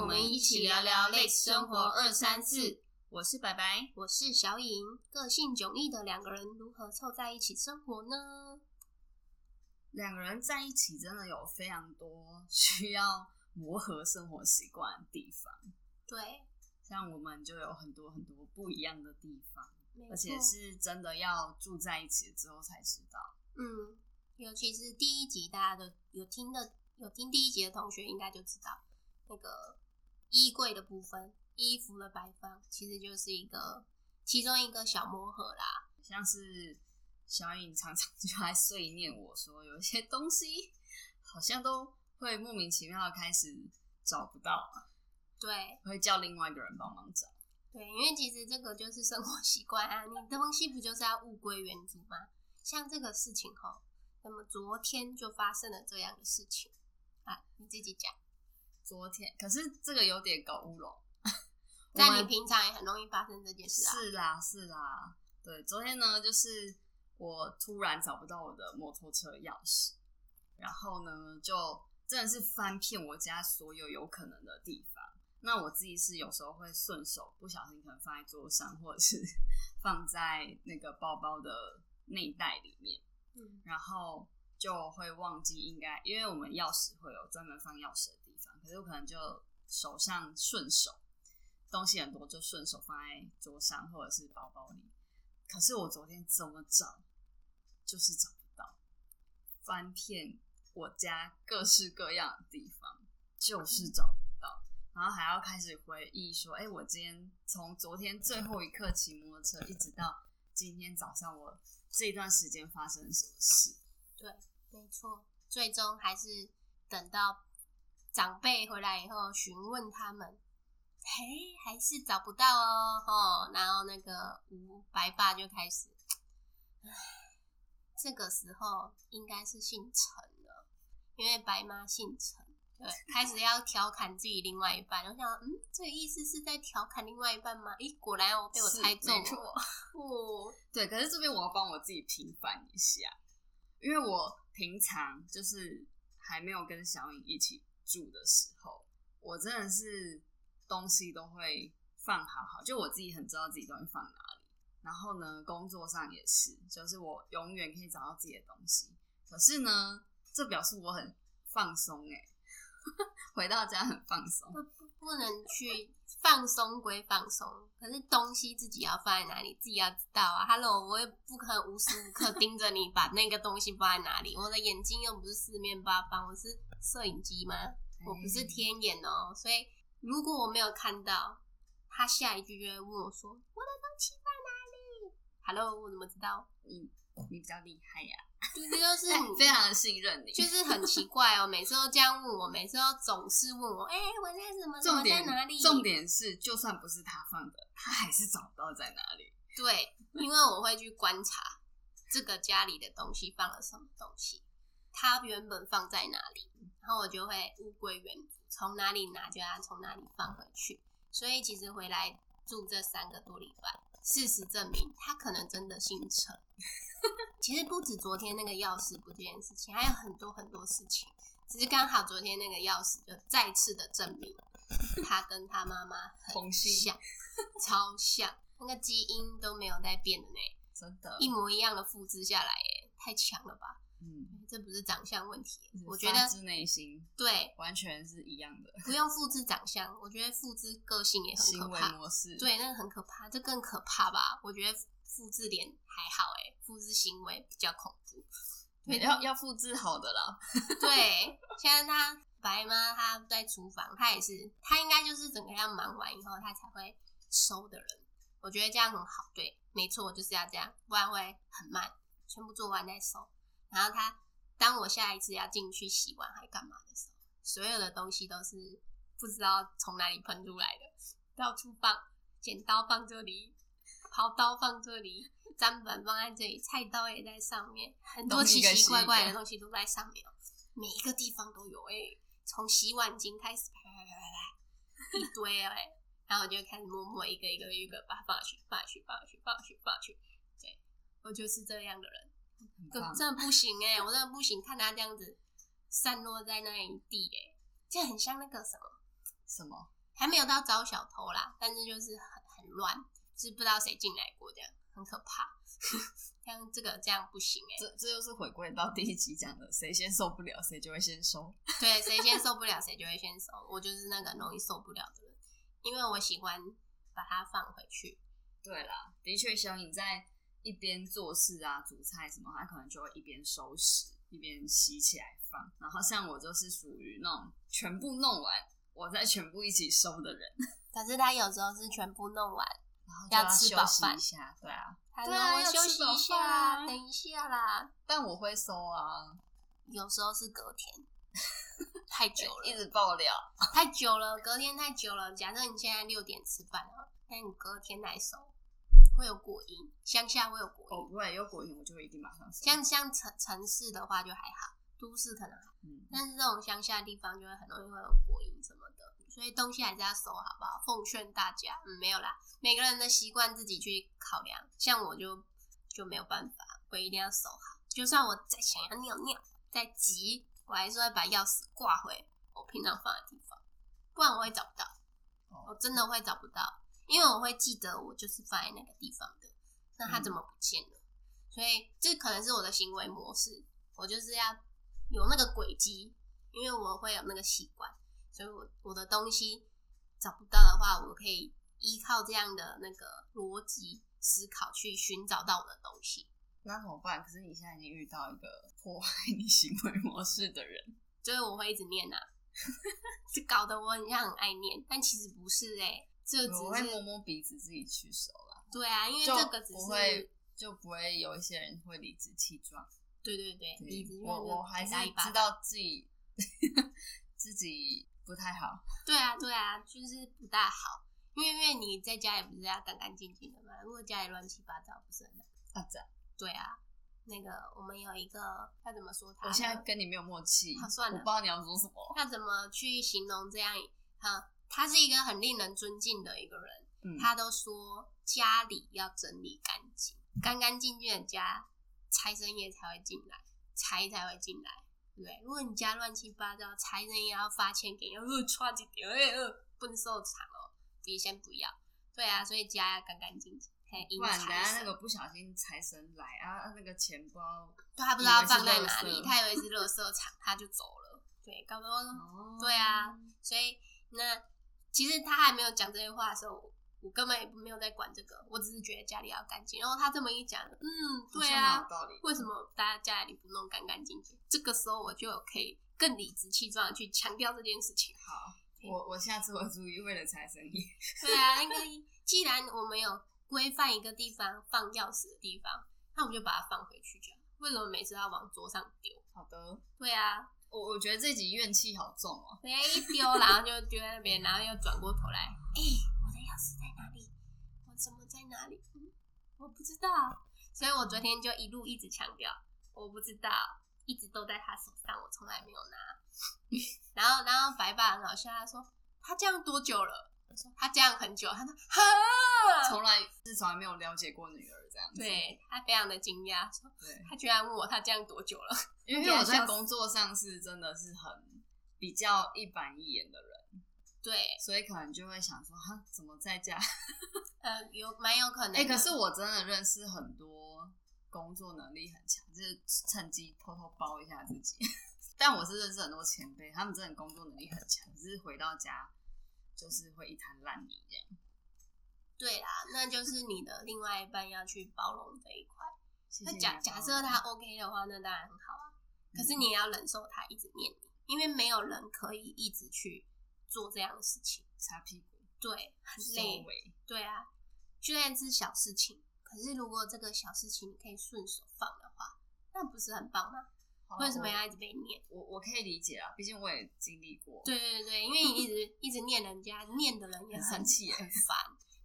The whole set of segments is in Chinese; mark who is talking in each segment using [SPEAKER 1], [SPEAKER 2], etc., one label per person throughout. [SPEAKER 1] 我们一起聊聊类似生活二三四。我是白白，
[SPEAKER 2] 我是小颖，个性迥异的两个人如何凑在一起生活呢？
[SPEAKER 1] 两个人在一起真的有非常多 需要磨合生活习惯的地方，
[SPEAKER 2] 对，
[SPEAKER 1] 像我们就有很多很多不一样的地方，
[SPEAKER 2] 没
[SPEAKER 1] 而且
[SPEAKER 2] 错
[SPEAKER 1] 是真的要住在一起之后才知道。
[SPEAKER 2] 嗯，尤其是第一集，大家都有听的，有听第一集的同学应该就知道，那个衣柜的部分，衣服的摆放，其实就是一个其中一个小磨合啦。
[SPEAKER 1] 像是小颖常 常就来碎念我说，有一些东西好像都会莫名其妙的开始找不到，
[SPEAKER 2] 对
[SPEAKER 1] 会叫另外一个人帮忙找。
[SPEAKER 2] 对，因为其实这个就是生活习惯啊，你的东西不就是要物归原主吗？像这个事情吼，那么昨天就发生了这样的事情啊，你自己讲，
[SPEAKER 1] 昨天，可是这个有点搞乌龙。
[SPEAKER 2] 在你平常也很容易发生这件事啊。
[SPEAKER 1] 是啦，是啦，对，昨天呢，就是我突然找不到我的摩托车钥匙，然后呢，就真的是翻遍我家所有有可能的地方。那我自己是有时候会顺手不小心可能放在桌上，或者是 放在那个包包的内袋里面，
[SPEAKER 2] 嗯
[SPEAKER 1] 然后就会忘记应该，因为我们钥匙会有专门放钥匙的地方，可是我可能就手上顺手东西很多，就顺手放在桌上或者是包包里。可是我昨天怎么找，就是找不到，翻遍我家各式各样的地方，就是找不到。然后还要开始回忆说，哎、我今天从昨天最后一刻骑摩托车，一直到今天早上，我这一段时间发生什么事？
[SPEAKER 2] 没错，最终还是等到长辈回来以后询问他们，嘿，还是找不到哦，哦，然后那个吴白爸就开始，唉，这个时候应该是姓陈了，因为白妈姓陈。对，开始要调侃自己另外一半，我想，嗯，这个意思是在调侃另外一半吗？咦，果然我哦被我
[SPEAKER 1] 是
[SPEAKER 2] 猜中
[SPEAKER 1] 没错
[SPEAKER 2] 了，哦，
[SPEAKER 1] 对，可是这边我要帮我自己平反一下，因为我平常就是还没有跟小颖一起住的时候，我真的是东西都会放好好，就我自己很知道自己东西放哪里。然后呢，工作上也是，就是我永远可以找到自己的东西。可是呢，这表示我很放松哎、 回到家很放松。
[SPEAKER 2] 不不不能去放松归放松，可是东西自己要放在哪里，自己要知道啊。Hello，我也不可能无时无刻盯着你把那个东西放在哪里，我的眼睛又不是四面八方，我是摄影机吗？我不是天眼哦，所以如果我没有看到，他下一句就会问我说：“我的东西在哪里？”Hello，我怎么知道？
[SPEAKER 1] 你，你比较厉害呀、
[SPEAKER 2] 这 就是
[SPEAKER 1] 哎
[SPEAKER 2] 你
[SPEAKER 1] 非常的信任你。
[SPEAKER 2] 就是很奇怪哦，每次都这样问我，每次都总是问我：“哎、我在什么？什
[SPEAKER 1] 重
[SPEAKER 2] 么
[SPEAKER 1] 点
[SPEAKER 2] 在哪里？”
[SPEAKER 1] 重点是，就算不是他放的，他还是找不到在哪里。
[SPEAKER 2] 对，因为我会去观察这个家里的东西放了什么东西，它原本放在哪里，然后我就会物归原主，从哪里拿就要从哪里放回去。所以其实回来住这三个多礼拜，事实证明他可能真的姓陈。 其实不止昨天那个钥匙不这件事情，还有很多很多事情，只是刚好昨天那个钥匙就再次的证明他跟他妈妈
[SPEAKER 1] 同
[SPEAKER 2] 很像，超像，那个基因都没有在变的呢，
[SPEAKER 1] 真的，
[SPEAKER 2] 一模一样的复制下来，哎，太强了吧？
[SPEAKER 1] 嗯，
[SPEAKER 2] 这不是长相问题，我觉
[SPEAKER 1] 发
[SPEAKER 2] 得
[SPEAKER 1] 自内心
[SPEAKER 2] 对，
[SPEAKER 1] 完全是一样的
[SPEAKER 2] 不用复制长相，我觉得复制个性也很
[SPEAKER 1] 行
[SPEAKER 2] 可
[SPEAKER 1] 为
[SPEAKER 2] 怕。
[SPEAKER 1] 模式。，
[SPEAKER 2] 对，那个很可怕，这更可怕吧？我觉得复制脸还好，哎，复制行为比较恐怖。对
[SPEAKER 1] 要要复制好的啦。
[SPEAKER 2] 对，现在他白妈她在厨房，她也是，她应该就是整个要忙完以后，她才会收的人。我觉得这样很好，对，没错，我就是要这样，不然会很慢，全部做完再收。然后她，当我下一次要进去洗碗还干嘛的时候，所有的东西都是不知道从哪里喷出来的，到处放，剪刀放这里。刨刀放这里，砧板放在这里，菜刀也在上面，很多
[SPEAKER 1] 东
[SPEAKER 2] 奇
[SPEAKER 1] 西一个
[SPEAKER 2] 奇
[SPEAKER 1] 西
[SPEAKER 2] 怪
[SPEAKER 1] 一
[SPEAKER 2] 怪
[SPEAKER 1] 个
[SPEAKER 2] 的东西都在上面哦。每一个地方都有哎、从洗碗巾开始，啪啪啪啪啪，一堆哎、然后我就开始默默一个一个一个把它放下去，放下去，放下去，放下去，放下去。对我就是这样的人，
[SPEAKER 1] 很
[SPEAKER 2] 真
[SPEAKER 1] 棒
[SPEAKER 2] 真的不行哎、我真的欸不行，看他这样子散落在那一地哎、就很像那个什么
[SPEAKER 1] 什么？
[SPEAKER 2] 还没有到招小偷啦，但是就是很很乱，就是不知道谁进来过，这样很可怕。 这样这个这样不行哎、
[SPEAKER 1] 这这又是回归到第一集讲的，谁先受不了，谁就会先收。
[SPEAKER 2] 对，谁先受不了谁就会先收。我就是那个容易受不了的人，因为我喜欢把它放回去。
[SPEAKER 1] 对啦，的确，小颖在一边做事啊、煮菜什么，她可能就会一边收拾，一边洗起来放。然后像我就是属于那种全部弄完，我再全部一起收的人，
[SPEAKER 2] 可是他有时候是全部弄完，
[SPEAKER 1] 然后就
[SPEAKER 2] 要吃
[SPEAKER 1] 休
[SPEAKER 2] 饱
[SPEAKER 1] 息
[SPEAKER 2] 饭
[SPEAKER 1] 一下。对啊，
[SPEAKER 2] 他
[SPEAKER 1] 对
[SPEAKER 2] 说
[SPEAKER 1] 啊
[SPEAKER 2] 我
[SPEAKER 1] 要
[SPEAKER 2] 休
[SPEAKER 1] 吃
[SPEAKER 2] 息
[SPEAKER 1] 饱
[SPEAKER 2] 一下
[SPEAKER 1] 饭啊
[SPEAKER 2] 啦，等一下啦。
[SPEAKER 1] 但我会收啊，
[SPEAKER 2] 有时候是隔天， 太久了，
[SPEAKER 1] 一直爆料。
[SPEAKER 2] 太久了，隔天太久了。假设你现在六点吃饭啊，那你隔天来收，会有果蝇，乡下会有果
[SPEAKER 1] 哦，
[SPEAKER 2] 蝇。
[SPEAKER 1] 不会，有果蝇我就会一定马上收。
[SPEAKER 2] 像像城城市的话就还好，都市可能还好，
[SPEAKER 1] 嗯，
[SPEAKER 2] 但是这种乡下地方就会很容易会有果蝇什么的，所以东西还是要收好不好？奉劝大家，嗯，没有啦，每个人的习惯自己去考量。像我就就没有办法，我一定要收好，就算我再想要尿尿，再急，我还是会把钥匙挂回我平常放的地方，不然我会找不到
[SPEAKER 1] 哦，
[SPEAKER 2] 我真的会找不到，因为我会记得我就是放在那个地方的，那
[SPEAKER 1] 嗯
[SPEAKER 2] 它怎么不见了？所以这可能是我的行为模式，我就是要有那个轨迹，因为我会有那个习惯，所以我我的东西找不到的话，我可以依靠这样的那个逻辑思考去寻找到我的东西。
[SPEAKER 1] 那怎么办？可是你现在已经遇到一个破坏你行为模式的人。
[SPEAKER 2] 所以我会一直念啊， 就搞得我很像很爱念，但其实不是哎、这只
[SPEAKER 1] 我会摸
[SPEAKER 2] 是
[SPEAKER 1] 摸鼻子自己去收啦，
[SPEAKER 2] 对啊，因为
[SPEAKER 1] 就
[SPEAKER 2] 这个只
[SPEAKER 1] 不会
[SPEAKER 2] 是
[SPEAKER 1] 就不会有一些人会理直气壮。
[SPEAKER 2] 对对对，
[SPEAKER 1] 对
[SPEAKER 2] 理直气
[SPEAKER 1] 我
[SPEAKER 2] 壮
[SPEAKER 1] 我
[SPEAKER 2] 就
[SPEAKER 1] 还
[SPEAKER 2] 给
[SPEAKER 1] 是
[SPEAKER 2] 他一巴
[SPEAKER 1] 知
[SPEAKER 2] 掌
[SPEAKER 1] 道自己 自己不太好，
[SPEAKER 2] 对啊，对啊，就是不大好，因为因为你在家也不是要干干净净的嘛，如果家里乱七八糟，不是很难。
[SPEAKER 1] 啊这样，
[SPEAKER 2] 对啊，那个我们有一个要怎么说他？
[SPEAKER 1] 我现在跟你没有默契，
[SPEAKER 2] 好算了
[SPEAKER 1] 我不知道你要说什么。
[SPEAKER 2] 要怎么去形容这样？啊，他是一个很令人尊敬的一个人，
[SPEAKER 1] 嗯，
[SPEAKER 2] 他都说家里要整理干净，干干净净的家，财神爷才会进来，财才会进来。对不对，如果你家乱七八糟，财神爷要发钱给你，呃，差几点，哎、呃，不能收场哦，别先不要。对啊，所以家要干干净净，才迎
[SPEAKER 1] 不然等
[SPEAKER 2] 财
[SPEAKER 1] 下
[SPEAKER 2] 神
[SPEAKER 1] 那个不小心财神来啊，那个钱包
[SPEAKER 2] 对啊他不知道
[SPEAKER 1] 以为是
[SPEAKER 2] 放在
[SPEAKER 1] 垃
[SPEAKER 2] 哪
[SPEAKER 1] 圾
[SPEAKER 2] 里，他以为是垃圾场，他就走了。对，搞不好
[SPEAKER 1] 哦
[SPEAKER 2] 对啊，所以那其实他还没有讲这些话的时候，我我根本也没有在管这个，我只是觉得家里要干净。然后他这么一讲，嗯，
[SPEAKER 1] 好
[SPEAKER 2] 对
[SPEAKER 1] 像蛮
[SPEAKER 2] 啊
[SPEAKER 1] 有，道理的。
[SPEAKER 2] 为什么大家家里不弄干干净净？这个时候我就有可以更理直气壮的去强调这件事情。
[SPEAKER 1] 好，我我下次会注意，为了财神爷。
[SPEAKER 2] 对啊，应该既然我们有规范一个地方放钥匙的地方，那我们就把它放回去就好。为什么每次要往桌上丢？
[SPEAKER 1] 好的，
[SPEAKER 2] 对啊，
[SPEAKER 1] 我我觉得这集怨气好重哦。
[SPEAKER 2] 人家一丢，然后就丢在那边，然后又转过头来，哎、我的钥匙在哪里？我怎么在哪里？嗯，我不知道。所以我昨天就一路一直强调，我不知道，一直都在他手上，我从来没有拿。然后，然后白爸很好笑，他说他这样多久了？我说他这样很久。他说哈，
[SPEAKER 1] 从来是从来没有了解过女儿这样子。
[SPEAKER 2] 啊对他非常的惊讶，说
[SPEAKER 1] 对，
[SPEAKER 2] 他居然问我他这样多久了。
[SPEAKER 1] 因
[SPEAKER 2] 觉
[SPEAKER 1] 为
[SPEAKER 2] 得
[SPEAKER 1] 我在
[SPEAKER 2] 笑死
[SPEAKER 1] 工作上是真的是很比较一板一眼的人，
[SPEAKER 2] 对，
[SPEAKER 1] 所以可能就会想说，哈，怎么在家？
[SPEAKER 2] 呃，有蛮有可能的。
[SPEAKER 1] 哎、可是我真的认识很多工作能力很强，就是趁机偷偷包一下自己。 但我是认识很多前辈，他们真的工作能力很强，可是回到家就是会一滩烂泥这样。
[SPEAKER 2] 对啦，那就是你的另外一半要去包容这一块。
[SPEAKER 1] 谢谢
[SPEAKER 2] 那
[SPEAKER 1] 你
[SPEAKER 2] 假
[SPEAKER 1] 的
[SPEAKER 2] 假
[SPEAKER 1] 包
[SPEAKER 2] 设
[SPEAKER 1] 容
[SPEAKER 2] 他 OK 的话，那当然很好啊。可
[SPEAKER 1] 嗯
[SPEAKER 2] 是你也要忍受他一直念你，因为没有人可以一直去做这样的事情，
[SPEAKER 1] 擦屁股
[SPEAKER 2] 对，很
[SPEAKER 1] 收
[SPEAKER 2] 累。
[SPEAKER 1] 尾，
[SPEAKER 2] 对啊，虽然是小事情，可是如果这个小事情你可以顺手放的话，那不是很棒吗？
[SPEAKER 1] 好啦
[SPEAKER 2] 为什么
[SPEAKER 1] 我
[SPEAKER 2] 要一直被念？
[SPEAKER 1] 我我可以理解啊，毕竟我也经历过。
[SPEAKER 2] 对对对，因为你一 直一直念人家，念的人也
[SPEAKER 1] 很
[SPEAKER 2] 很
[SPEAKER 1] 生气耶
[SPEAKER 2] 很烦，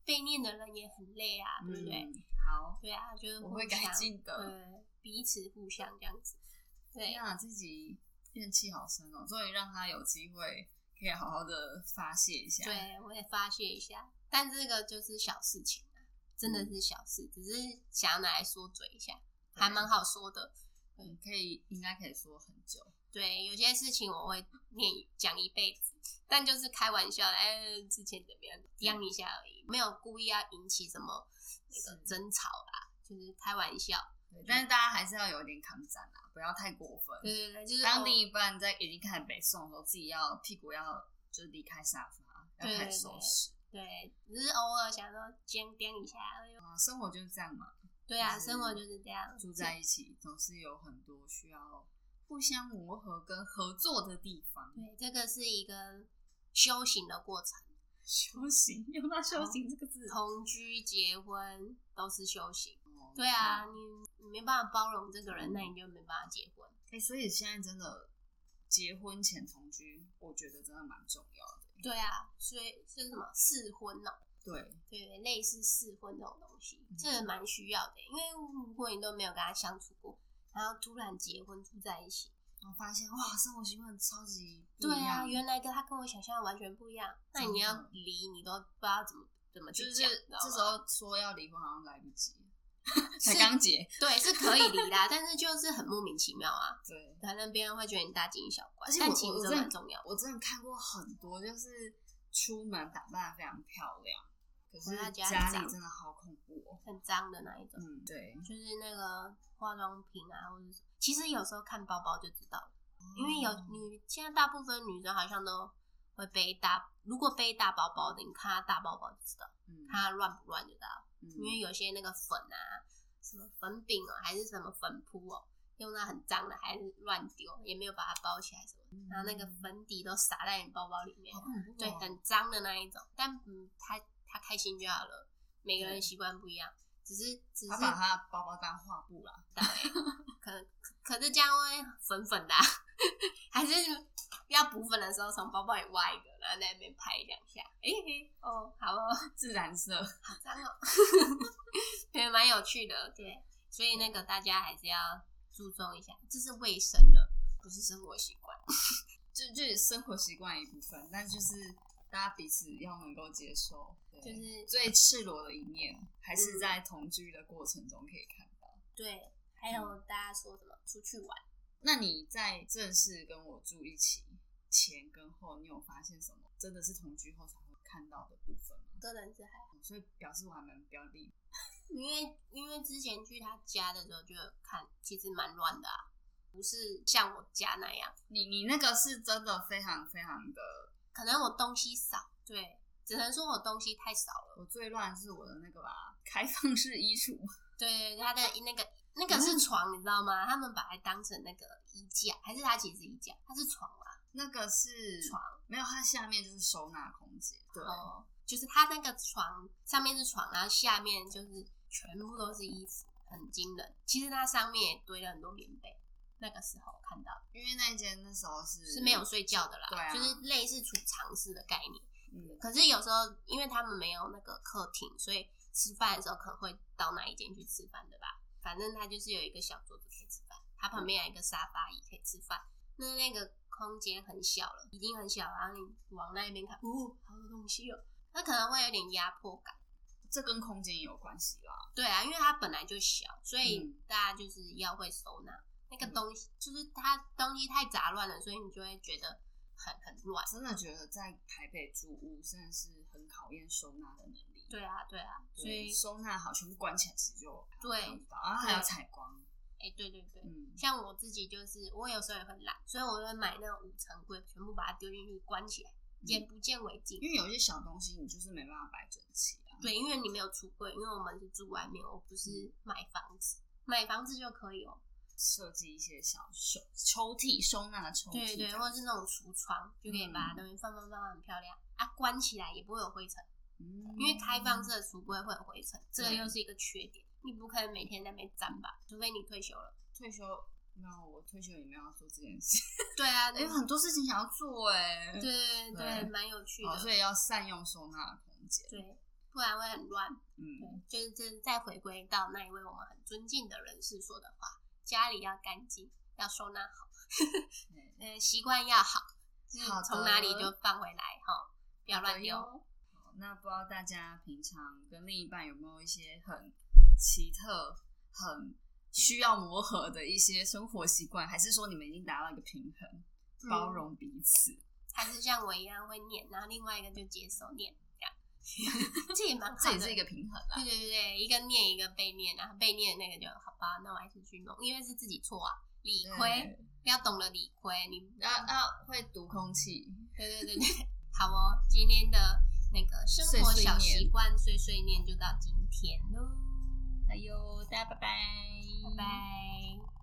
[SPEAKER 2] 被念的人也很累啊，对不对？
[SPEAKER 1] 嗯，好，
[SPEAKER 2] 对啊，就是
[SPEAKER 1] 我
[SPEAKER 2] 互
[SPEAKER 1] 会改
[SPEAKER 2] 相
[SPEAKER 1] 进的。
[SPEAKER 2] 对，彼此互相这样子。嗯对
[SPEAKER 1] 天啊，自己怨气好深哦，终于让他有机会可以好好的发泄一下。，
[SPEAKER 2] 对，我也发泄一下，但这个就是小事情啊，真
[SPEAKER 1] 嗯
[SPEAKER 2] 的是小事，只是想要拿来说嘴一下，
[SPEAKER 1] 对
[SPEAKER 2] 还蛮好说的。
[SPEAKER 1] 嗯，可以，应该可以说很久。
[SPEAKER 2] 对，有些事情我会念讲一辈子，但就是开玩笑的，哎，之前怎么样，样一下而已，没有故意要引起什么那个
[SPEAKER 1] 是
[SPEAKER 2] 争吵啦，就是开玩笑。
[SPEAKER 1] 对，但是大家还是要有一点抗战啦，不要太过分。
[SPEAKER 2] 对对对，就是
[SPEAKER 1] 当
[SPEAKER 2] 哦
[SPEAKER 1] 另一半在已经开始北宋的时候，自己要屁股要就是离开沙发，要
[SPEAKER 2] 对
[SPEAKER 1] 开
[SPEAKER 2] 对
[SPEAKER 1] 始收
[SPEAKER 2] 对
[SPEAKER 1] 拾
[SPEAKER 2] 对，只是偶尔想说尖颠一下。哎呦
[SPEAKER 1] 啊。生活就是这样嘛，
[SPEAKER 2] 对啊，
[SPEAKER 1] 就是
[SPEAKER 2] 生活就是这样。
[SPEAKER 1] 住在一起总是有很多需要互相磨合跟合作的地方。
[SPEAKER 2] 对，这个是一个修行的过程，
[SPEAKER 1] 修行用到修行这个字，
[SPEAKER 2] 同居、结婚都是修行。
[SPEAKER 1] 哦
[SPEAKER 2] 对啊，你你没办法包容这个人，那你就没办法结婚。
[SPEAKER 1] 哎、所以现在真的结婚前同居，我觉得真的蛮重要的。
[SPEAKER 2] 对啊，所以这是什么试婚呢、
[SPEAKER 1] 对，
[SPEAKER 2] 对，类似试婚这种东西，
[SPEAKER 1] 嗯
[SPEAKER 2] 这个蛮需要的，因为如果你都没有跟他相处过，然后突然结婚住在一起，
[SPEAKER 1] 我发现哇，生活习惯超级不
[SPEAKER 2] 对
[SPEAKER 1] 一
[SPEAKER 2] 啊，
[SPEAKER 1] 样。
[SPEAKER 2] 原来跟他跟我想象的完全不一样，那
[SPEAKER 1] 真
[SPEAKER 2] 你要
[SPEAKER 1] 的
[SPEAKER 2] 离你都不知道怎么怎么去
[SPEAKER 1] 就是
[SPEAKER 2] 讲，你知道
[SPEAKER 1] 这时
[SPEAKER 2] 吗
[SPEAKER 1] 候说要离婚好像来不 及，才
[SPEAKER 2] 是
[SPEAKER 1] 刚结。
[SPEAKER 2] 对是可以离啦，但是就是很莫名其妙啊，
[SPEAKER 1] 对，
[SPEAKER 2] 反正别人会觉得你大惊小怪
[SPEAKER 1] 而，且
[SPEAKER 2] 但
[SPEAKER 1] 我
[SPEAKER 2] 其
[SPEAKER 1] 我
[SPEAKER 2] 实这
[SPEAKER 1] 真的
[SPEAKER 2] 蛮重要的。
[SPEAKER 1] 我真的看过很多，就是出门打扮得非常漂亮，可
[SPEAKER 2] 回
[SPEAKER 1] 是
[SPEAKER 2] 到家
[SPEAKER 1] 家
[SPEAKER 2] 里
[SPEAKER 1] 里
[SPEAKER 2] 脏
[SPEAKER 1] 真的好恐怖哦。
[SPEAKER 2] 很脏的那一种，
[SPEAKER 1] 嗯，对，
[SPEAKER 2] 就是那个化妆品啊，或者是其实有时候看包包就知道了，因为有
[SPEAKER 1] 嗯
[SPEAKER 2] 女现在大部分女生好像都会背大，如果背大包包的，你看她大包包就知道
[SPEAKER 1] 嗯，
[SPEAKER 2] 她乱不乱就知道，
[SPEAKER 1] 嗯
[SPEAKER 2] 因为有些那个粉啊，什么粉饼哦、还是什么粉扑哦、用到很脏的还是乱丢，也没有把它包起来什么，然后那个粉底都撒在你包包里面
[SPEAKER 1] 好，恐嗯怖哦
[SPEAKER 2] 对，很脏的那一种，但嗯，他他开心就好了，每个人
[SPEAKER 1] 对
[SPEAKER 2] 习惯不一样，只是只是
[SPEAKER 1] 他把他的包包当画布啦，
[SPEAKER 2] 可可是这样会粉粉的啊、 还是要补粉的时候从包包里挖一个，然后在那边拍两下，诶、诶哦，好哦，
[SPEAKER 1] 自然色。
[SPEAKER 2] 好脏 哦，对，蛮有趣的，对，所以那个大家还是要注重一下，这是卫生的，不是生活习惯，
[SPEAKER 1] 就就是生活习惯一部分，但就是大家彼此要能够接受，对
[SPEAKER 2] 就是嗯
[SPEAKER 1] 最赤裸的一面，还是在同居的过程中可以看到。嗯
[SPEAKER 2] 对，还有大家说什么出去玩。
[SPEAKER 1] 那你在正式跟我住一起前跟后，你有发现什么真的是同居后才会看到的部分吗？
[SPEAKER 2] 个人是还好，
[SPEAKER 1] 嗯所以表示我还蛮标定，
[SPEAKER 2] 因为因为之前去他家的时候就有看，其实蛮乱的、啊，不是像我家那样。
[SPEAKER 1] 你你那个是真的非常非常的，
[SPEAKER 2] 可能我东西少，对，只能说我东西太少了。
[SPEAKER 1] 我最乱是我的那个吧，开放式衣橱，
[SPEAKER 2] 对，他的那个那个是床，你知道吗？他们把它当成那个衣架，还是它其实是衣架，它是床啦，
[SPEAKER 1] 那个是
[SPEAKER 2] 床，
[SPEAKER 1] 没有它下面就是收纳空间，对，
[SPEAKER 2] 哦，就是它那个床上面是床，然后下面就是全部都是衣服，很惊人。其实它上面也堆了很多棉被，那个时候我看到
[SPEAKER 1] 因为那一间那时候是
[SPEAKER 2] 是没有睡觉的啦，
[SPEAKER 1] 对啊
[SPEAKER 2] 就是类似储藏室的概念。
[SPEAKER 1] 嗯
[SPEAKER 2] 可是有时候因为他们没有那个客厅，所以吃饭的时候可能会到那一间去吃饭，对吧？反正它就是有一个小桌子可以吃饭，它旁边有一个沙发椅可以吃饭。那那个空间很小了，已经很小了，然后你往那边看，哦，好多东西哦，那可能会有点压迫感。
[SPEAKER 1] 这跟空间也有关系啦。
[SPEAKER 2] 对啊，因为它本来就小，所以
[SPEAKER 1] 嗯
[SPEAKER 2] 大家就是要会收纳那个东西，就是它东西太杂乱了，所以你就会觉得很很乱。
[SPEAKER 1] 真的觉得在台北住屋真的是很考验收纳的能力。
[SPEAKER 2] 对啊，对啊，
[SPEAKER 1] 对，
[SPEAKER 2] 所以
[SPEAKER 1] 收纳好全部关起来，其实就
[SPEAKER 2] 对
[SPEAKER 1] 看不到然后还要采光，
[SPEAKER 2] 哎、对对对，
[SPEAKER 1] 嗯，
[SPEAKER 2] 像我自己就是，我有时候也很懒，所以我会买那种五层柜，全部把它丢进去关起来，
[SPEAKER 1] 嗯
[SPEAKER 2] 眼不见为净。
[SPEAKER 1] 因为有一些小东西你就是没办法摆整齐啊。
[SPEAKER 2] 对，因为你没有橱柜，因为我们是住外面，我不
[SPEAKER 1] 嗯
[SPEAKER 2] 是买房子，买房子就可以哦、
[SPEAKER 1] 设计一些小抽抽屉收纳的抽屉这
[SPEAKER 2] 对
[SPEAKER 1] 样，
[SPEAKER 2] 对，或者是那种橱窗，就可以把它那边放放放，很漂亮啊，关起来也不会有灰尘，
[SPEAKER 1] 嗯
[SPEAKER 2] 因为开放式的橱柜会有灰尘，这个
[SPEAKER 1] 对
[SPEAKER 2] 又是一个缺点。你不可能每天在那边粘吧，除非你退休了。
[SPEAKER 1] 退休没有，我退休也没有要做这件事，
[SPEAKER 2] 对啊，
[SPEAKER 1] 有哎很多事情想要做哎、
[SPEAKER 2] 对对对，
[SPEAKER 1] 对
[SPEAKER 2] 蛮有趣
[SPEAKER 1] 好，所
[SPEAKER 2] 的。
[SPEAKER 1] 以要善用收纳的空间，
[SPEAKER 2] 对，不然会很乱。
[SPEAKER 1] 嗯，
[SPEAKER 2] 就是这再回归到那一位我们很尊敬的人士说的话，家里要干净，要收纳好，
[SPEAKER 1] 对
[SPEAKER 2] 嗯，习惯要好，就是
[SPEAKER 1] 好的
[SPEAKER 2] 从哪里就放回来哈，不要乱
[SPEAKER 1] 好的
[SPEAKER 2] 丢。
[SPEAKER 1] 哦那不知道大家平常跟另一半有没有一些很奇特、很需要磨合的一些生活习惯，还是说你们已经达到一个平衡，
[SPEAKER 2] 嗯
[SPEAKER 1] 包容彼此？
[SPEAKER 2] 还是像我一样会念，然后另外一个就接受念，这样 这也蛮好的。
[SPEAKER 1] 这也是一个平衡啦。
[SPEAKER 2] 对对对对，一个念一个被念，然后被念的那个就好吧，那我还是去弄，因为是自己错啊，理亏，
[SPEAKER 1] 对，
[SPEAKER 2] 要懂得理亏。你
[SPEAKER 1] 要
[SPEAKER 2] 啊
[SPEAKER 1] 要会读空气，
[SPEAKER 2] 对对对对， 好哦，今天的那个生活小习惯碎碎念就到今天喽，
[SPEAKER 1] 哎呦，大家拜拜，
[SPEAKER 2] 拜拜。